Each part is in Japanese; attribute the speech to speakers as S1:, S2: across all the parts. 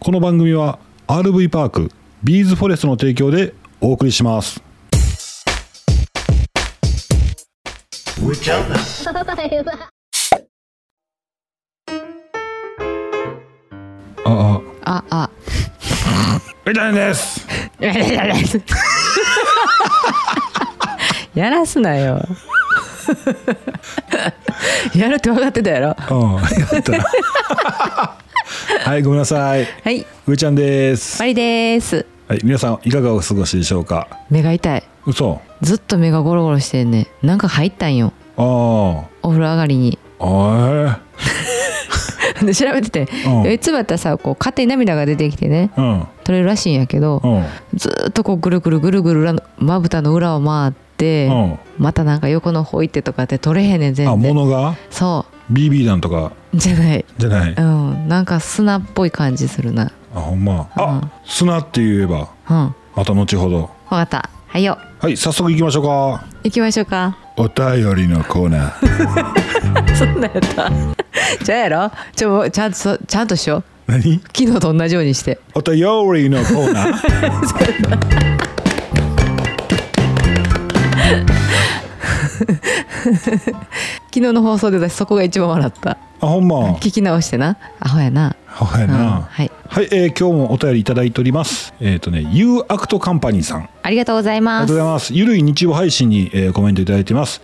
S1: この番組は RV パークビーズフォレストの提供でお送りしますああ
S2: あ あ
S1: うたんです
S2: やらすなよ やるって分かってたやろ
S1: うんやったはいごめんなさい
S2: はいう
S1: ーちゃんです
S2: 終わりです
S1: はい皆さんいかがお過ごしでしょうか
S2: 目が痛い
S1: 嘘
S2: ずっと目がゴロゴロしてんねんなんか入ったんよ
S1: あ
S2: お風呂上がりに
S1: ああ
S2: で調べてて
S1: うん
S2: いつもやったらさこう勝手に涙が出てきてね
S1: えうん
S2: 取れるらしいんやけど
S1: うん
S2: ずーっとこうぐるぐるぐるぐる裏のまぶたの裏を回って
S1: うん
S2: またなんか横の方行ってとかって取れへんねん全
S1: あ
S2: 然
S1: 物が
S2: そ
S1: BB 弾とか
S2: うじゃない
S1: じゃない
S2: うんなんか砂っぽい感じするな
S1: あほんま
S2: うん
S1: あ砂って言えば
S2: うん
S1: また後ほど
S2: 分かったはいよ
S1: はい早速行きましょうか
S2: 行きましょうか
S1: お便りのコーナー
S2: そんなんやった じゃあやろちょちゃんとそちゃんとしよう
S1: 何
S2: 昨日と同じようにして
S1: お便りのコー ナー
S2: 昨日の放送で私そこが一番笑った
S1: あほんま
S2: 聞き直してなアホやな
S1: はや
S2: うん
S1: な
S2: はい
S1: はい、えー今日もお便りいただいておりますえっ、とね U アクトカンパニーさん
S2: ありがとうござい
S1: ありが
S2: ま
S1: と
S2: す
S1: うございますゆるい日曜配信に、えーコメントいただいてます、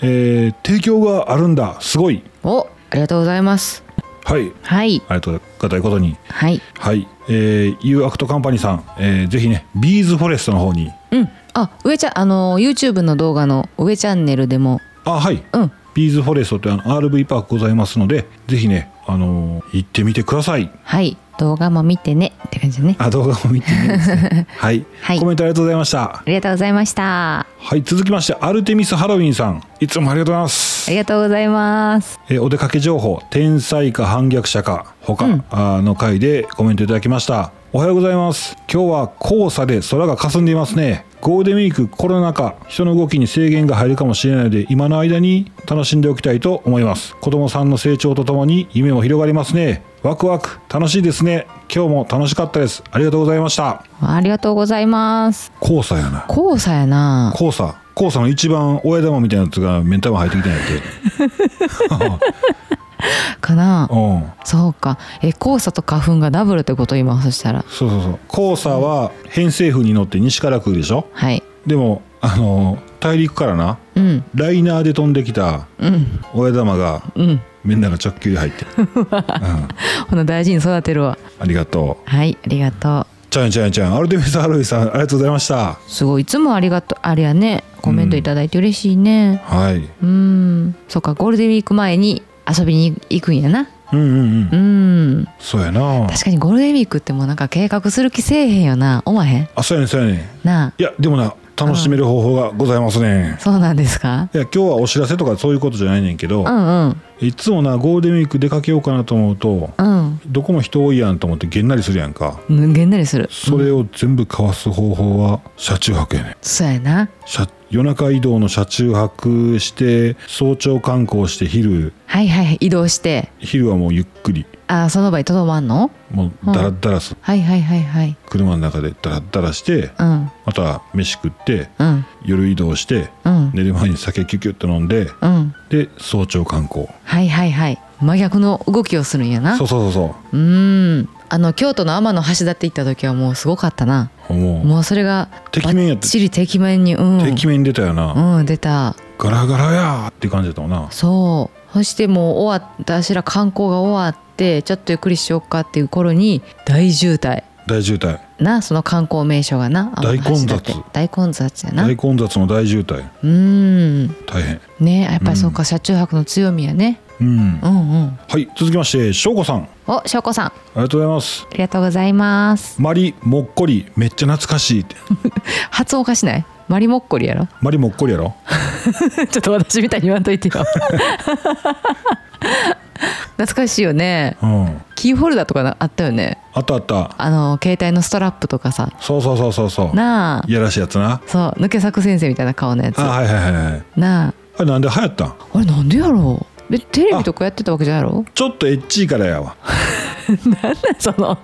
S1: えー提供があるんだすごい
S2: おありがとうございます
S1: はい
S2: はい
S1: ありがとうございことに
S2: はい
S1: はい、えー、U アクトカンパニーさん、えーぜひねビーズフォレストの方に
S2: うんあ上ちゃんあの YouTube の動画の上チャンネルでも
S1: あはい
S2: うん
S1: ビーズフォレストってあの RV パークございますのでぜひね、あのー行ってみてください
S2: はい動画も見てねって感じね
S1: あ動画も見てみます ねはい、
S2: はい
S1: コメントありがとうございました
S2: ありがとうございましたあ
S1: はい続きましてアルテミスハロウィンさんいつもありがとうございます、
S2: りがとうございます
S1: えーお出かけ情報天才か反逆者か他、あの回でコメントいただきましたおはようございます今日は黄砂で空が霞んでいますねゴールデンウィークコロナ禍人の動きに制限が入るかもしれないので今の間に楽しんでおきたいと思います子供さんの成長とともに夢も広がりますねワクワク楽しいですね今日も楽しかったですありがとうございました
S2: ありがとうございます
S1: 黄砂やな
S2: 黄砂やな
S1: 黄砂黄砂の一番親玉みたいなやつが目ん玉入ってきてんや
S2: かな
S1: ってうん
S2: そうかえ黄砂と花粉がダブルってこと今そしたら
S1: そうそうそう黄砂は偏西風に乗って西から来るでしょ
S2: はい
S1: でもあの大陸からな
S2: うん
S1: ライナーで飛んできた
S2: うん
S1: 親玉が
S2: うん
S1: みんなが直球で入ってる、うん、あ
S2: ほな大事に育てるわ
S1: りがとう
S2: はいありがと
S1: ちゃんちゃんちゃんアルテミス・ハロウィさんありがとうございました
S2: うすごいいつもありがとうあれやねコメントいただいて嬉しいね
S1: はい
S2: うんそうかゴールデンウィーク前に遊びに行くんやな
S1: うんうんうん
S2: うん
S1: そうやな
S2: 確かにゴールデンウィークってもうなんか計画する気せえへんよな思わへん
S1: あそうやねそうやね
S2: ない
S1: やでもな楽しめる方法がございますね
S2: あそうなんですか
S1: いや今日はお知らせとかそういうことじゃないねんけど
S2: うんうん
S1: いつもなゴールデンウィーク出かけようかなと思うと
S2: うん
S1: どこも人多いやんと思ってげんなりするやんか
S2: うんげんなりする
S1: それを全部かわす方法は車中泊やねん
S2: そうやな
S1: 車夜中移動の車中泊して早朝観光して昼
S2: はいはいはい移動して
S1: 昼はもうゆっくり
S2: あその場にとどまんの
S1: もうダラッダラす、
S2: はいはいはいはい
S1: 車の中でダラッダラして
S2: うん
S1: また飯食って
S2: うん
S1: 夜移動して
S2: うん
S1: 寝る前に酒キュキュッと飲んで
S2: うん
S1: で早朝観光
S2: はいはいはい真逆の動きをするんやな
S1: そうそうそう
S2: うーんあの京都の天橋立行った時はもうすごかったな
S1: そうも
S2: もうそれが
S1: てきめんやった
S2: ばっちりてきめんにうん
S1: うてきめん出たよな、
S2: うん出た
S1: ガラガラやーって感じだったもんな
S2: そうそしてもう終わった私ら観光が終わってちょっとゆっくりしようかっていう頃に大渋滞
S1: 大渋滞
S2: なその観光名所がな天橋
S1: 大混
S2: 立
S1: 雑
S2: 大混雑やな
S1: 大混雑の大渋滞
S2: うーん
S1: 大変
S2: ねやっぱりそうか、車中泊の強みやね
S1: うん
S2: うんうん
S1: はい続きまして翔子さんあ
S2: おしょうこさんあ
S1: りがとうございます
S2: りがとうございます
S1: マリもっこりめっちゃ懐かしいって
S2: 発音おかしないマリモッコリやろ
S1: マリもっこりやろ
S2: ちょっと私みたいに言わんとい てよ懐かしいよね
S1: うん
S2: キーホルダーとかなあったよね
S1: あったあった
S2: あの携帯のストラップとかさ
S1: そうそうそうそうそう
S2: なあ
S1: いやらしいやつな
S2: そう抜け作先生みたいな顔のやつ
S1: あはいはいはいはい
S2: なあ
S1: あれなんで流行ったん
S2: あれなんでやろうえテレビとかやってたわけじゃないやろ
S1: ちょっとエッチいからやわ
S2: その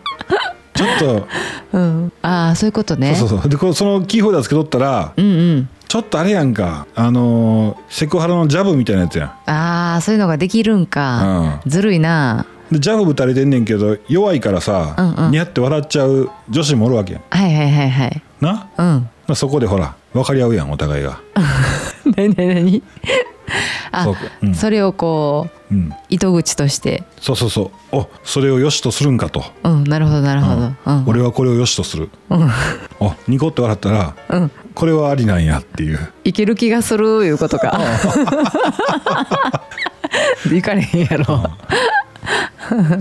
S1: ちょっ と、
S2: うん、ああそういうことね
S1: そうそうそうでこうそのキーホルダーつけとったら
S2: うんうん
S1: ちょっとあれやんかあのーセクハラのジャブみたいなやつやん
S2: ああそういうのができるんか、ずるいな
S1: でジャブ打たれてんねんけど弱いからさ、
S2: うんうん
S1: ニヤって笑っちゃう女子もおるわけやん
S2: はいはいはいはい
S1: な、
S2: うん
S1: まあ、そこでほら分かり合うやんお互いが
S2: 何何何あ
S1: そう
S2: そ,、
S1: かうん
S2: れをこう
S1: うん
S2: 糸口として
S1: そうそうそうおそれを良しとするんかと、
S2: うんなるほどなるほど、
S1: う
S2: うんん、
S1: 俺はこれを良しとする
S2: うん
S1: おニコって笑ったら
S2: うん
S1: これはありなんやって いう
S2: いける気がするいうこと かいかれへんやろ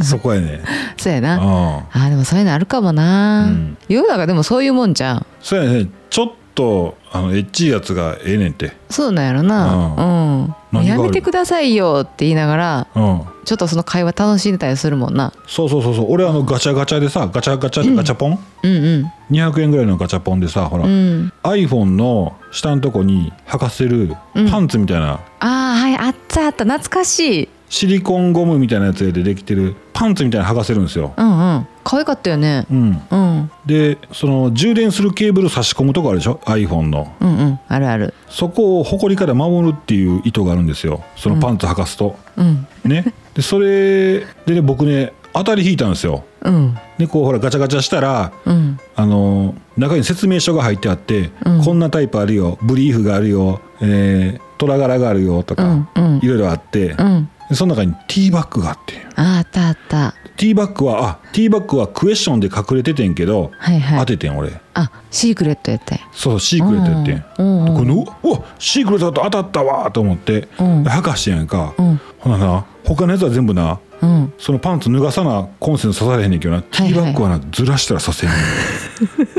S1: そこやね
S2: そうやな
S1: うん
S2: あーでもそういうのあるかもな、
S1: うん
S2: 世の中でもそういうもんじゃん
S1: そうやねちょっとあのエッチいやつがええねんて
S2: そうなんやろな
S1: う
S2: うん、
S1: 何があ
S2: や
S1: る
S2: めてくださいよって言いながら
S1: うん
S2: ちょっとその会話楽しんでたりするもんな
S1: そうそうそうそう俺あのガチャガチャでさガチャガチャガチャポン、
S2: うん
S1: 200円ぐらいのガチャポンでさほら、
S2: うんうん
S1: iPhone の下のとこに履かせる
S2: うん
S1: パンツみたいな、
S2: ああはいあったあった懐かしい
S1: シリコンゴムみたいなやつでできてるパンツみたいなの履かせるんですよ、
S2: うんうん可愛かったよね
S1: うん、
S2: うん
S1: でその充電するケーブル差し込むとこあるでしょ iPhone の
S2: うんうんあるある
S1: そこをホコリから守るっていう意図があるんですよそのパンツ履かすと、
S2: うん
S1: ねでそれでね僕ね当たり引いたんですよ
S2: うん
S1: でこうほらガチャガチャしたら
S2: うん
S1: あの中に説明書が入ってあって、
S2: うん
S1: こんなタイプあるよブリーフがあるよ、えー、トラ柄があるよと
S2: う
S1: か
S2: ん、うん
S1: いろいろあって、
S2: うん
S1: でその中にティーバッグがあって
S2: ああったあった
S1: ティーバッグはあティーバッグはクエスチョンで隠れててんけど、
S2: はいはい
S1: 当ててん俺
S2: あシークレットやったんや
S1: そうシークレットやってん、
S2: うんうん
S1: これうおシークレットだと当たったわと思って、
S2: うん
S1: で吐かしてんやんか、
S2: うん
S1: ほなな他のやつは全部な
S2: うん
S1: そのパンツ脱がさなコンセント刺されへんねんけどな、
S2: はい
S1: ティーバッグはなずらしたら刺せん ね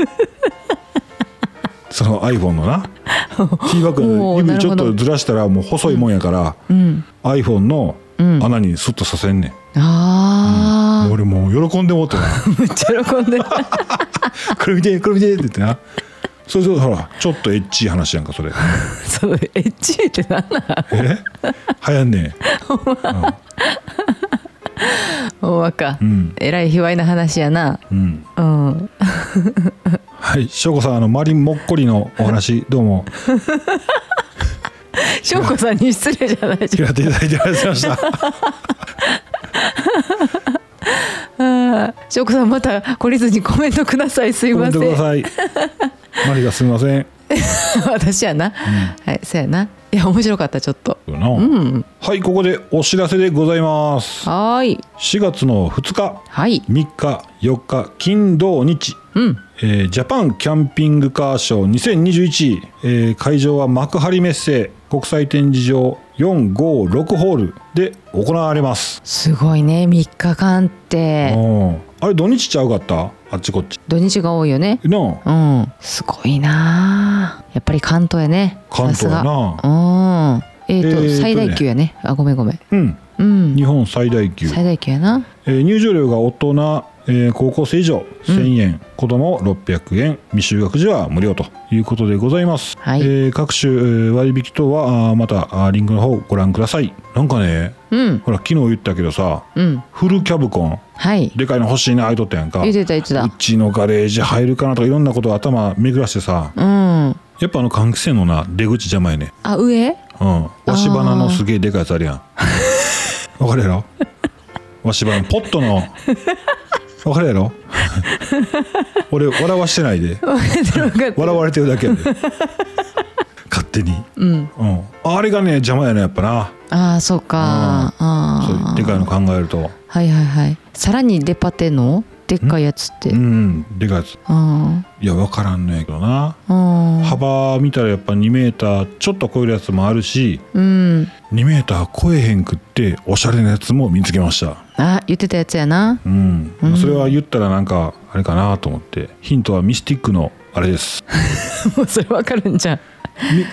S1: んその iPhone の なティーバッグの
S2: おーな
S1: 指
S2: る
S1: ちょ
S2: ほ
S1: っ
S2: ど
S1: とずらしたらもう細いもんやから、
S2: うん
S1: iPhone の
S2: うん
S1: 穴にスッと刺せんねん、
S2: ああ、
S1: 俺もう喜んでも ってな
S2: めっちゃ喜んでる
S1: これ見てこれ見てって言ってなそれぞれほらちょっとエッチい話やんかそれ
S2: そうエッチってなんなん
S1: え 流行んね
S2: ほんまか、
S1: うん
S2: えらい卑猥な話やなん
S1: うん
S2: うん
S1: はい翔子さんあのマリンもっこりのお話どう も
S2: 翔子さんに失礼じゃないでしょ
S1: やっていただいてありがとうございました
S2: あー翔子さんまた懲りずにコメントくださいすい
S1: コメ
S2: ま
S1: ン
S2: せ
S1: ト
S2: ん
S1: ください。マリがすみません。
S2: 私やな、はいそうやないや面白かったちょっと
S1: うんはい、ここでお知らせでございます。
S2: はーい
S1: 4月の2日、
S2: はい
S1: 3日、4日、金土日。
S2: うん
S1: えージャパンキャンピングカーショー2021、えー会場は幕張メッセ国際展示場456ホールで行われます、
S2: すごいね3日間って
S1: うんあれ土日ちゃうかったあっちこっち
S2: 土日が多いよね
S1: なあ
S2: うんすごいなあやっぱり関東やね
S1: 関東やな
S2: さすがうんえ
S1: え
S2: っ、
S1: ー
S2: と、
S1: とね
S2: 最大級やねあごめんごめん
S1: うん
S2: うん
S1: 日本最大級
S2: 最大級やな
S1: えー入場料が大人、えー高校生以上1000円、子供600円未就学児は無料ということでございます、
S2: はい
S1: えー各種、えー割引等はあーまたあーリンクの方ご覧くださいなんかね
S2: うん
S1: ほら昨日言ったけどさ
S2: うん
S1: フルキャブコン
S2: はい
S1: でかいの欲しいなあいとったやんか
S2: 言っ
S1: う
S2: てた言ってた
S1: ちのガレージ入るかなとかいろんなことを頭巡らしてさ
S2: うん
S1: やっぱあの換気扇のな出口邪魔やね
S2: あ上
S1: うんわし花のすげえでかいやつあるやんわかるやろわし花のポットのわかるやろ俺笑わしてないで笑われてるだけやで勝手に、
S2: うん
S1: うん、あれがね邪魔やねやっぱな
S2: ああそうかあ
S1: そういう
S2: あ
S1: でかいの考えると
S2: はいはいはいさらに出っ張ってんのでっかいやつって
S1: うんでかいやつ
S2: うん
S1: いやわからんねやけどな
S2: うん
S1: 幅見たらやっぱ2メーターちょっと超えるやつもあるし
S2: うん
S1: 2メーター超えへんくっておしゃれなやつも見つけました
S2: あ言ってたやつやな
S1: うん
S2: うん
S1: それは言ったらなんか あれかなと思ってヒントはミスティックのあれです
S2: もうそれわかるんじゃん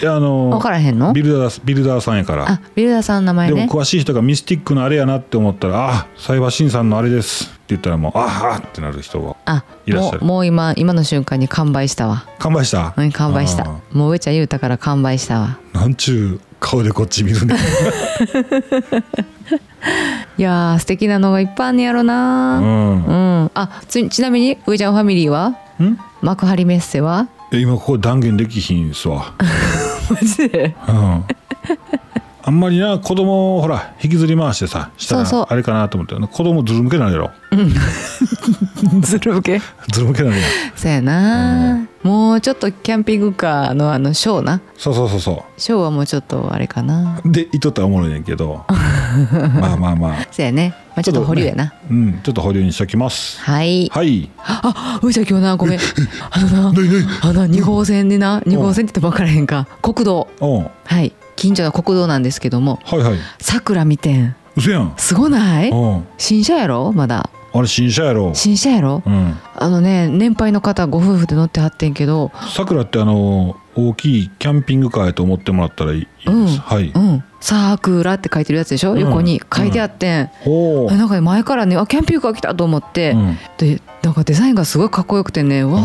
S1: みあの
S2: 分からへんの
S1: ビルダービルダーさんやから
S2: あビルダーさんの名前
S1: でも
S2: ね
S1: 詳しい人がミスティックのあれやなって思ったら「あサイバーシンさんのあれです」って言ったらもう「ああ」ってなる人が
S2: あ
S1: いらっしゃ
S2: も
S1: る
S2: うもう今今の瞬間に完売したわ
S1: 完売した
S2: うん完売し
S1: あ
S2: たもう上ちゃん言うたから完売したわ
S1: ーなんちゅう顔でこっち見るね
S2: いやー素敵なのがいっぱいあんねやろ
S1: う
S2: な うん
S1: ん
S2: あつちなみに上ちゃんファミリーは幕張メッセは
S1: え今ここ断言できひんっすわ
S2: マジ で
S1: うんあんまりな子供をほら引きずり回してさしたら
S2: そうそう
S1: あれかなと思って子供ずる向けなんやろ
S2: ずる受け
S1: ずる向けなんや
S2: そやな、もうちょっとキャンピングカーのあのショーな
S1: そうそうそうそ
S2: ショーはもうちょっとあれかな
S1: うでいとったらおもろいねんけ どまあまあまあ
S2: そやね、まあ、ちょっと保留やな、
S1: うんちょっと保留にしときます
S2: はい
S1: はい
S2: あういちゃん今日な ごめんあのなあの2号線でな2号線って言っても分からへんか国道
S1: おう
S2: はい近所の国道なんですけども
S1: はいはい
S2: 桜見てん
S1: 嘘やん
S2: すごない
S1: うん
S2: 新車やろまだ
S1: あれ新車やろ
S2: 新車やろ
S1: うん
S2: あのね年配の方ご夫婦で乗ってはってんけど
S1: さくらってあの大きいキャンピングカーやと思ってもらったらいいです、
S2: うん
S1: はい
S2: うん「さあくら」って書いてるやつでしょ、
S1: うん
S2: 横に書いてあってん、
S1: おお
S2: あなんかね前からねあキャンピングカー来たと思って、
S1: うん
S2: でなんかデザインがすごいかっこよくてね「わ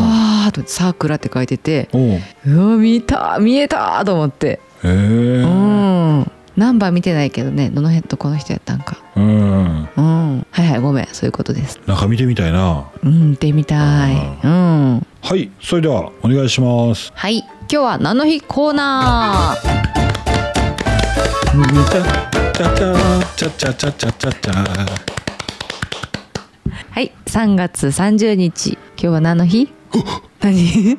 S2: ー」と「さあくら」って書いてて
S1: おうへ
S2: 「うわ見た見えた!」と思って
S1: え
S2: うんナンバー見てないけどねどの辺とこの人やったんか
S1: うん
S2: うんはいはいごめんそういうことです
S1: 中見てみたいな
S2: うん行ってみたいうん
S1: はいそれではお願いします
S2: はい今日は「何の日」コーナ ーはい、3月30日。今日は何の日？何？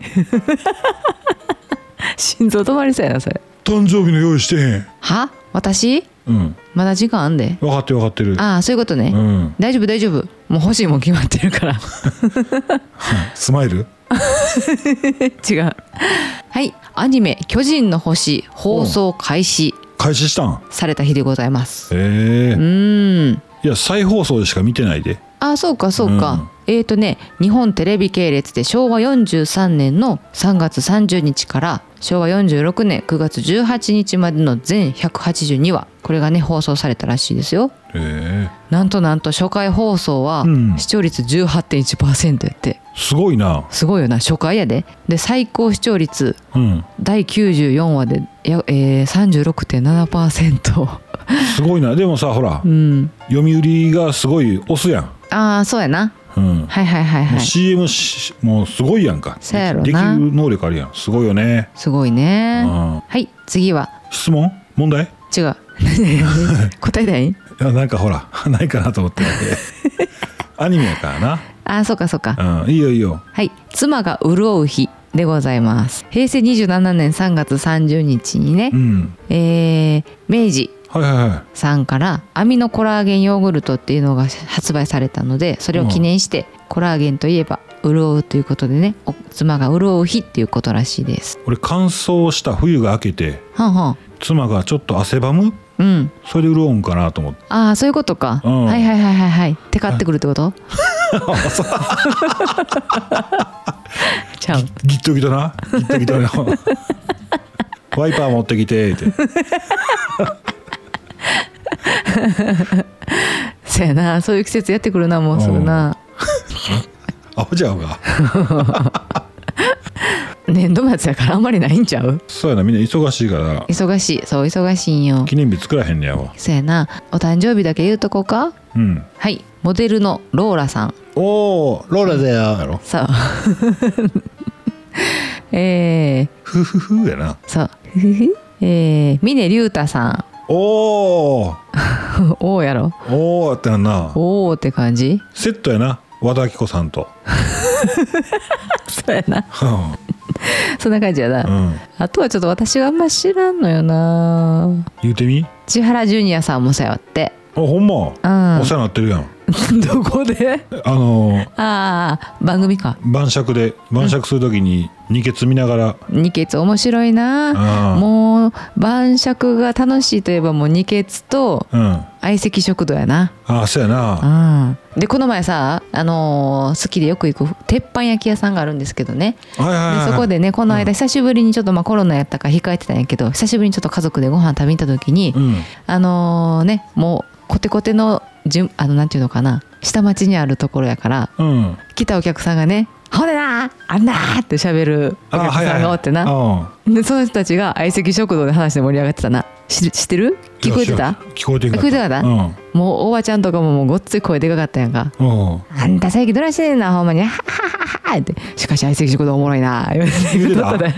S2: 心臓止まりそうやなそれ。
S1: 誕生日の用意してへん
S2: は？私？
S1: うん
S2: まだ時間あんで。
S1: 分かってる分かってる
S2: ああ、そういうことね。
S1: うん
S2: 大丈夫大丈夫。もう欲しいもん決まってるから。
S1: スマイル
S2: 違う。はい、アニメ巨人の星放送開始
S1: 開始したん
S2: された日でございます。
S1: え
S2: う
S1: え
S2: ーん。
S1: いや再放送でしか見てないで
S2: ああ、そうかそうか。えーとね、日本テレビ系列で昭和43年の3月30日から昭和46年9月18日までの全182話これがね放送されたらしいですよ
S1: ええ
S2: なんとなんと初回放送は
S1: うん
S2: 視聴率18.1%やって、
S1: すごいな
S2: すごいよな初回やでで最高視聴率
S1: うん
S2: 第94話でや、えー、36.7%
S1: すごいなでもさほら
S2: うん
S1: 読売がすごい押すやん
S2: ああそうやな
S1: うん
S2: はいはいはい
S1: も
S2: は
S1: う
S2: い
S1: CM しもうすごいやんか
S2: そうやろな
S1: できる能力あるやんすごいよね、
S2: すごいうね
S1: ん、
S2: はい次は
S1: 質問問題
S2: 違う 答えない
S1: いやなんかほら ないかなと思ってたんで アニメやから
S2: あそうかそうか
S1: な、うん、いいよいいよ
S2: はい妻が潤う日でございます平成27年3月30日にね
S1: う、ん
S2: えー明治
S1: はいはいは
S2: さんからアミノコラーゲンヨーグルトっていうのが発売されたのでそれを記念して、コラーゲンといえば潤うということでねお妻が潤う日っていうことらしいです
S1: い俺乾燥した冬が明けて
S2: はんはん
S1: 妻がちょっと汗ばむ
S2: うん
S1: それで潤うんかなと思って
S2: ああそういうことか、
S1: うん
S2: はいはいはいはいはいテカってくるってことちゃう
S1: ギットギトなギットギトなワイパー持ってきてって
S2: そやなそういう季節やってくるなもうすぐな
S1: あほちゃうか
S2: 年度末やからあんまりないんちゃう
S1: そうやなみんな忙しいから
S2: 忙しいそう忙しいんよ
S1: 記念日作らへんねやわ
S2: そやなお誕生日だけ言うとこうか
S1: うん
S2: はいモデルのローラさん
S1: おおローラだよやろ
S2: そう えー、
S1: ふふふやな
S2: そうふふふえー、峰竜太さ
S1: おー
S2: んおーやろ
S1: おーってなんな
S2: おーって感じ
S1: セットやな和田アキ子さんと
S2: そうやな
S1: う
S2: そんな感じやな、
S1: ん
S2: あとはちょっと私があんま知らんのよな
S1: 言うてみ
S2: 千原ジュニアさんもそうや って
S1: あほんま
S2: うん
S1: お世話になってるやん
S2: どこで
S1: あのー
S2: ああ番組か
S1: 晩酌で晩酌するときに二血見ながら、
S2: 二血面白いな
S1: うん
S2: もう晩酌が楽しいといえばもう二血と
S1: うん、あ
S2: 相席食堂やな
S1: あそうやな
S2: うんでこの前さあのー好きでよく行く鉄板焼き屋さんがあるんですけどね
S1: はいはいはい
S2: でそこでねこの間久しぶりにちょっとまあコロナやったから控えてたんやけど久しぶりにちょっと家族でご飯食べに行った時に、
S1: うん
S2: あのねもうコテコテのじゅあのなんていうのかな下町にあるところやから
S1: うん
S2: 来たお客さんがね「ほんでなあんな!」って喋るお客さんがおってな、
S1: あは
S2: でその人たちが相席食堂で話で盛り上がってたなし知ってる
S1: いはいうん
S2: 聞こえて
S1: いや
S2: た
S1: 聞こえて
S2: 聞こえてなかった
S1: うん
S2: もうおばちゃんとかももうごっつい声でかかったやんか
S1: うん
S2: 「あんた最近どないしてんねんなほんまに」ははははって「しかし相席食堂おもろいな」言われて
S1: 言うてた
S2: 歌って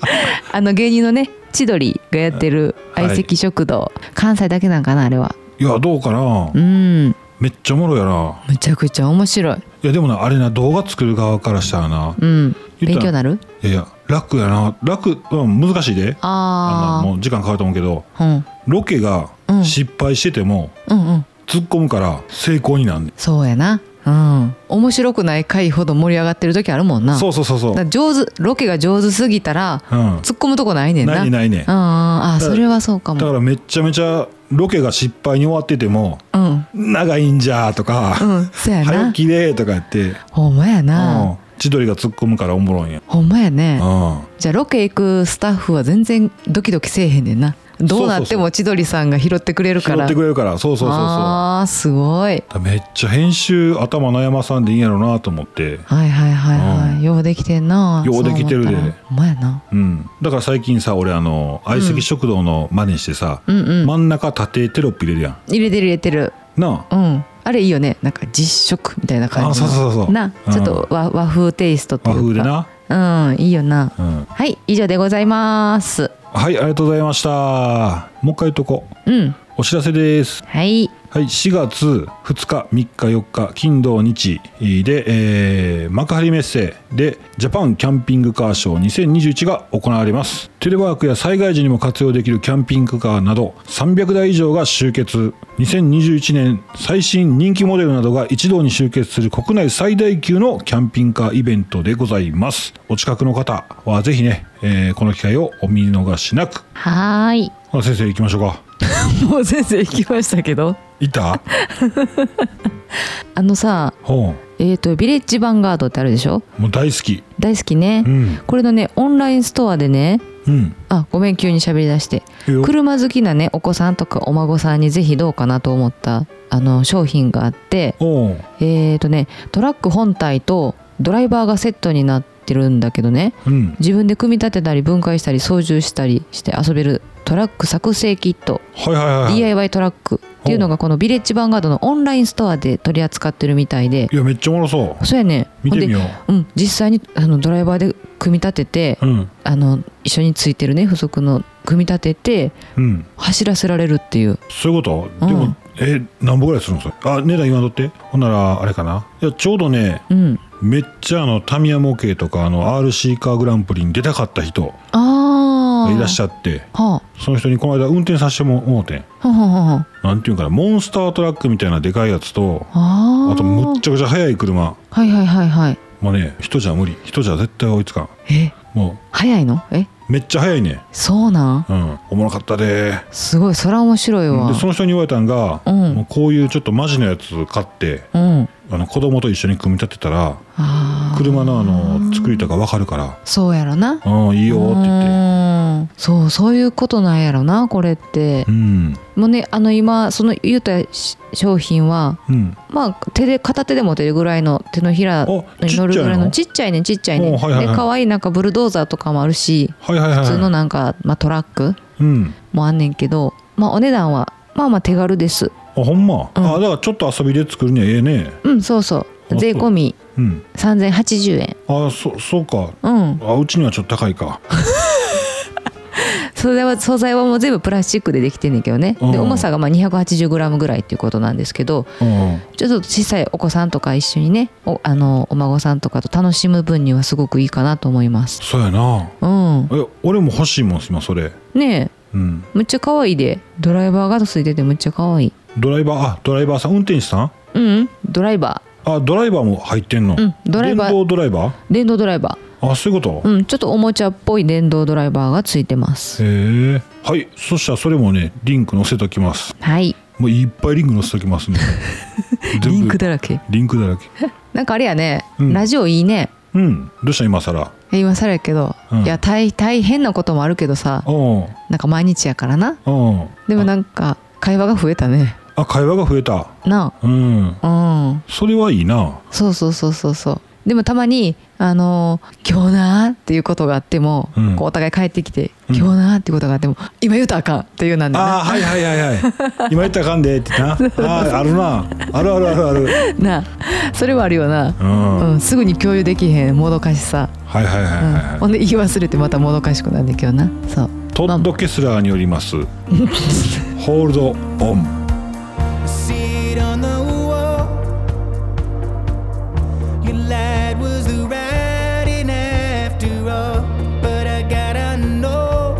S2: たあの芸人のね千鳥がやってる相席食堂、関西だけなんかなあれはい
S1: やどうかな
S2: うん
S1: めっちゃおもろいやな
S2: むちゃくちゃ面白い
S1: いやでもなあれな動画作る側からしたらな
S2: うん
S1: 言
S2: 勉
S1: った
S2: 強になる
S1: いやいや楽やな楽うん難しいであ
S2: あ
S1: のもう時間かかると思うけど
S2: あうん
S1: ロケが
S2: うん
S1: 失敗してても
S2: うんうん
S1: 突っ込むから成功になんねん
S2: そうやなうん面白くない回ほど盛り上がってる時あるもんな
S1: そうそうそうそう
S2: だから上手ロケが上手すぎたら
S1: うん
S2: 突っ込むとこないねんな
S1: ないねないね
S2: うんうんあー
S1: だ
S2: それはそうか
S1: だか
S2: も
S1: らめっちゃめちゃロケが失敗に終わってても
S2: うん
S1: 長いんじゃーとか、
S2: うんそうや
S1: 早
S2: な
S1: 起きでーとか言って、
S2: ほんまや
S1: う
S2: なん
S1: 千鳥が突っ込むからおもろいんや、
S2: ほんまやね
S1: うん
S2: じゃあロケ行くスタッフは全然ドキドキせえへんねんなどうなっても千鳥さんが拾ってくれる
S1: 拾
S2: か
S1: っ
S2: ら
S1: てくれるからそうそうそうそうだか
S2: ああすごい
S1: らめっちゃ編集頭悩まさんでいいんやろうなと思って
S2: はいはいはいはい、ようできてんな
S1: ようできてるで
S2: そう思ったらほんまやな
S1: うん、だから最近さ俺あの相席食堂の真似してさ、
S2: うんうん
S1: 真ん中縦テロップ入れるやん
S2: 入れてる入れてる
S1: なあ
S2: うんあれいいよねなんか実食みたいな感じの
S1: あそうそうそうそう
S2: な
S1: うん
S2: ちょっと和,、和風テイストとい
S1: 和
S2: うか
S1: 風でな、
S2: うんいいよな
S1: うん、
S2: はい以上でございます
S1: はいありがとうございましたもう一回言っとこう
S2: うん
S1: お知らせです
S2: はい
S1: はい、4月2日、3日、4日、金土日で、えー幕張メッセでジャパンキャンピングカーショー2021が行われます。テレワークや災害時にも活用できるキャンピングカーなど300台以上が集結。2021年最新人気モデルなどが一堂に集結する国内最大級のキャンピングカーイベントでございます。お近くの方はぜひね、えーこの機会をお見逃しなく。
S2: はーい
S1: あ先生行きましょうか。
S2: もう先生行きましたけど
S1: いた
S2: あのさ
S1: ほ
S2: えっ、とビレッジヴァンガードってあるでしょ
S1: う。もう大好き。
S2: 大好きね、
S1: うん
S2: これのねオンラインストアでね
S1: うん。
S2: あごめん急に喋り出して
S1: いいよ
S2: 車好きなねお子さんとかお孫さんにぜひどうかなと思ったあの商品があって
S1: おう
S2: えーとねトラック本体とドライバーがセットになってるんだけどね
S1: うん
S2: 自分で組み立てたり分解したり操縦したりして遊べるトラック作成キット
S1: はいはいはい、はい、
S2: DIY トラックっていうのがこのビレッジヴァンガードのオンラインストアで取り扱ってるみたいで
S1: いやめっちゃおもろそ
S2: そうやね
S1: う見てみよ
S2: ほんでうん実際にあのドライバーで組み立てて
S1: ううん
S2: あの一緒についてるね付属の組み立てて
S1: うん
S2: 走らせられるっていう
S1: そういうこと、で
S2: う
S1: も
S2: ん
S1: え何本ぐらいするのそれあ値段言わんとってほんならあれかないやちょうどね
S2: うん
S1: めっちゃあのタミヤ模型とかあの RC カーグランプリに出たかった人
S2: あ
S1: が
S2: あ
S1: いらっし
S2: ゃ
S1: ゃって
S2: は
S1: その人にこの間運転させてももうてん
S2: あはあはあは
S1: なんていうんかなモンスタートラックみたいなでかいやつと
S2: ああー
S1: あとむっちゃくちゃ速い車
S2: はいはいはいはい
S1: もうね人じゃ無理人じゃ絶対追いつかん
S2: え
S1: も
S2: 早いのえ
S1: うめっちゃ速いね
S2: そうなん
S1: うんおもろかったです
S2: ごいそら面白いわ
S1: でその人に言われたんが、
S2: うん
S1: もうこういうちょっとマジのやつ買って
S2: うん
S1: あの子供と一緒に組み立てたら
S2: あー
S1: 車のあの作りとか分かるから
S2: そうやろな
S1: 「うんいいよ」って言って
S2: うんそうそういうことなんやろなこれって
S1: うん
S2: もうねあの今その言うたし商品は
S1: うん
S2: まあ手で片手で持てるぐらいの手のひらに
S1: あちっちゃ
S2: 乗
S1: いの
S2: るぐらいのちっちゃいねちっちゃいね
S1: おはいはいはい
S2: で可愛いなんかブルドーザーとかもあるし
S1: はいはいはい
S2: 普通のなんか、まあ、トラック
S1: うん
S2: もあんねんけどまあお値段はまあまあ手軽です
S1: あほんま、
S2: うん
S1: あだからちょっと遊びで作るにはええね
S2: うんそうそ
S1: あ
S2: う税込み
S1: うん
S2: 3080円
S1: あそそうか
S2: うん
S1: あうちにはちょっと高いか
S2: 素材は素材はもう全部プラスチックでできてんねんけどね
S1: うん
S2: で重さがまあ 280g ぐらいっていうことなんですけど
S1: うん
S2: ちょっと小さいお子さんとか一緒にねおあのお孫さんとかと楽しむ分にはすごくいいかなと思います
S1: そうやな
S2: うん
S1: え俺も欲しいもん今それ
S2: ねえ
S1: うん
S2: むっちゃ可愛いでドライバーがついててむっちゃ可愛い
S1: ドライバーあドライバーさん運転手さん
S2: うんドライバ
S1: あドライバーも入ってんの、
S2: うんドライバー
S1: 電動ドライバー
S2: 電動ドライバ
S1: あそういうこと
S2: ー、、うん、ちょっとおもちゃっぽい電動ドライバーがついてます
S1: へえはいそしたらそれもねリンク載せときます
S2: はい
S1: もういっぱいリンク載せときます ね全部
S2: リンクだらけ
S1: リンクだらけ
S2: なんかあれやね、
S1: うん
S2: ラジオいいね
S1: うんどうした今更
S2: え今更やけど、
S1: うん
S2: いや大大変なこともあるけどさ
S1: うんうん
S2: なんか毎日やからなでも
S1: あ
S2: なんか会話が増えたね
S1: あ会話が増えた
S2: な
S1: うん
S2: あうん
S1: それはいいな
S2: そうそうそうそうそうでもたまに「あのー今日な」っていうことがあっても、
S1: うん
S2: こうお互い帰ってきて「
S1: うん
S2: 今日な」っていうことがあっても「今言うたらあかん」っていうなんだ
S1: あーはいはいはいは い今言ったらあかんでってなあーあるなあるあるあるある
S2: ななあそれはあるよな、
S1: うん
S2: うんすぐに共有できへんもどかしさ、
S1: はいはいはいはい
S2: うん
S1: はい、
S2: ほんで言い忘れてまたもどかしくなるんだけどなそう
S1: トッド・ケスラーにより ます「ホールド・オン
S3: seat on the wall. Your light was the riding after all. But I gotta know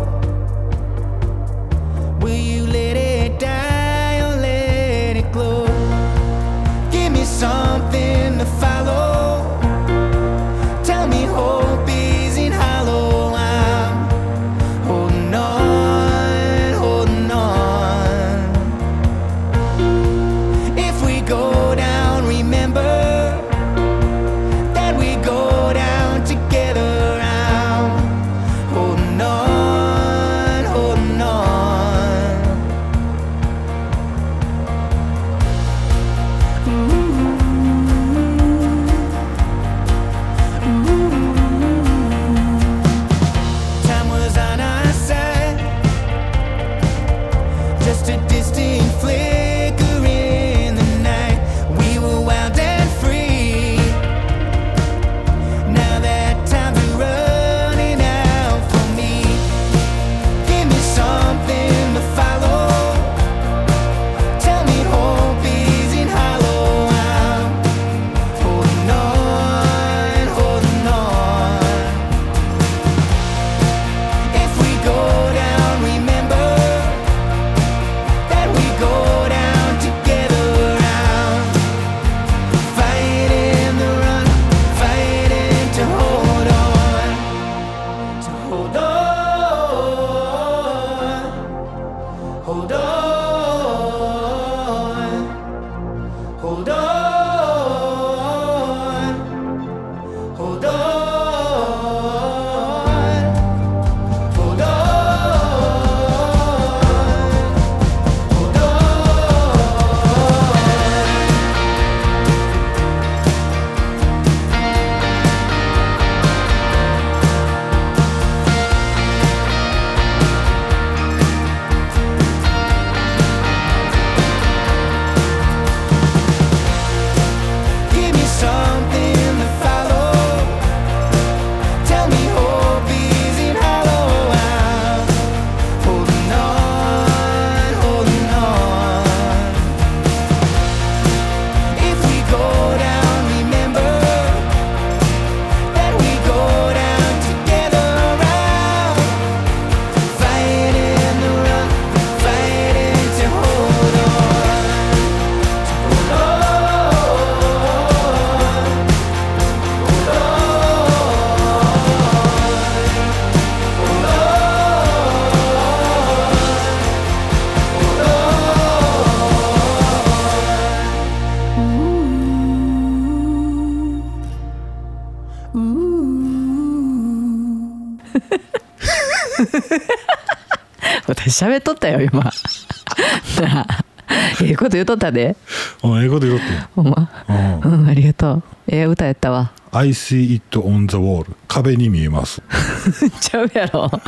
S3: Will you let it die or let it glow? Give me something to follow. Tell me hope isn't hollow. I'm holding on, holding on. If we go down, remember that we go down together. I'm holding on, holding on. Mm-hmm. Mm-hmm. Mm-hmm. Time was on our side just a distant flicker in the night. We were wild and free. Now that time's running out for me. Give me something to follow. Tell me hope isn't hollow. I'm holding on, holding on. If we go down, remember that we go down together around fighting the run, fighting to hold on, to hold on, hold on, hold on, hold on, hold on. Give me something to follow. Tell me hope isn't hollow. I'm holding on, holding on. If we go down, remember that we go down together. Around fighting the run, fighting to hold on, hold on. Ooh.
S2: 私喋っとったよ今 なあええこと言うとったで」
S1: うんええこと言おうっ
S2: ほんま
S1: てうん
S2: うんありがとうええ歌やったわ
S1: 「I see it on the wall」壁に見えます
S2: ちゃうやろ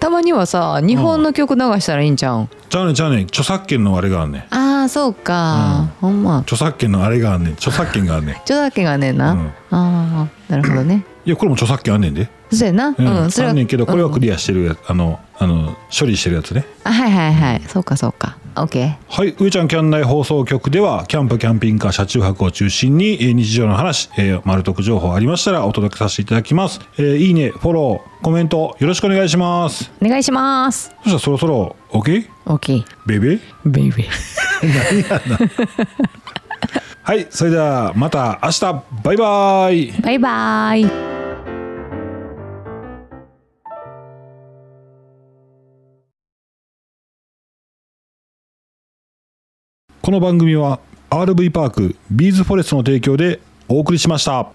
S2: たまにはさ日本の曲流したらいいんじゃうん
S1: ちゃうねんちゃうねん著作権のあれがあんねん
S2: ああそうか、ほんま
S1: 著作権のあれがあんねん著作権があんねん
S2: 著作権がねえな、
S1: うん
S2: ああなるほどね
S1: いやこれも著作権あんねんで、
S2: そうやな、う
S1: うん
S2: んそれ
S1: あ
S2: は
S1: んねんけどこれは
S2: うん
S1: クリアしてるやあのあの処理してるやつね
S2: あはいはいはいそうかそうかオッケー
S1: はい、上ちゃんキャン内放送局では、キャンプ、キャンピングカー、車中泊を中心に、えー日常の話、えー、丸得情報ありましたらお届けさせていただきます。えーいいね、フォロー、コメント、よろしくお願いします。
S2: お願いします
S1: そしたらそろそろ、OK?
S2: オッケー
S1: ベベ
S2: ベイベー
S1: 何やなはいそれではまた明日バイバイ
S2: バイバイ
S1: この番組は RV パークビーズフォレストの提供でお送りしました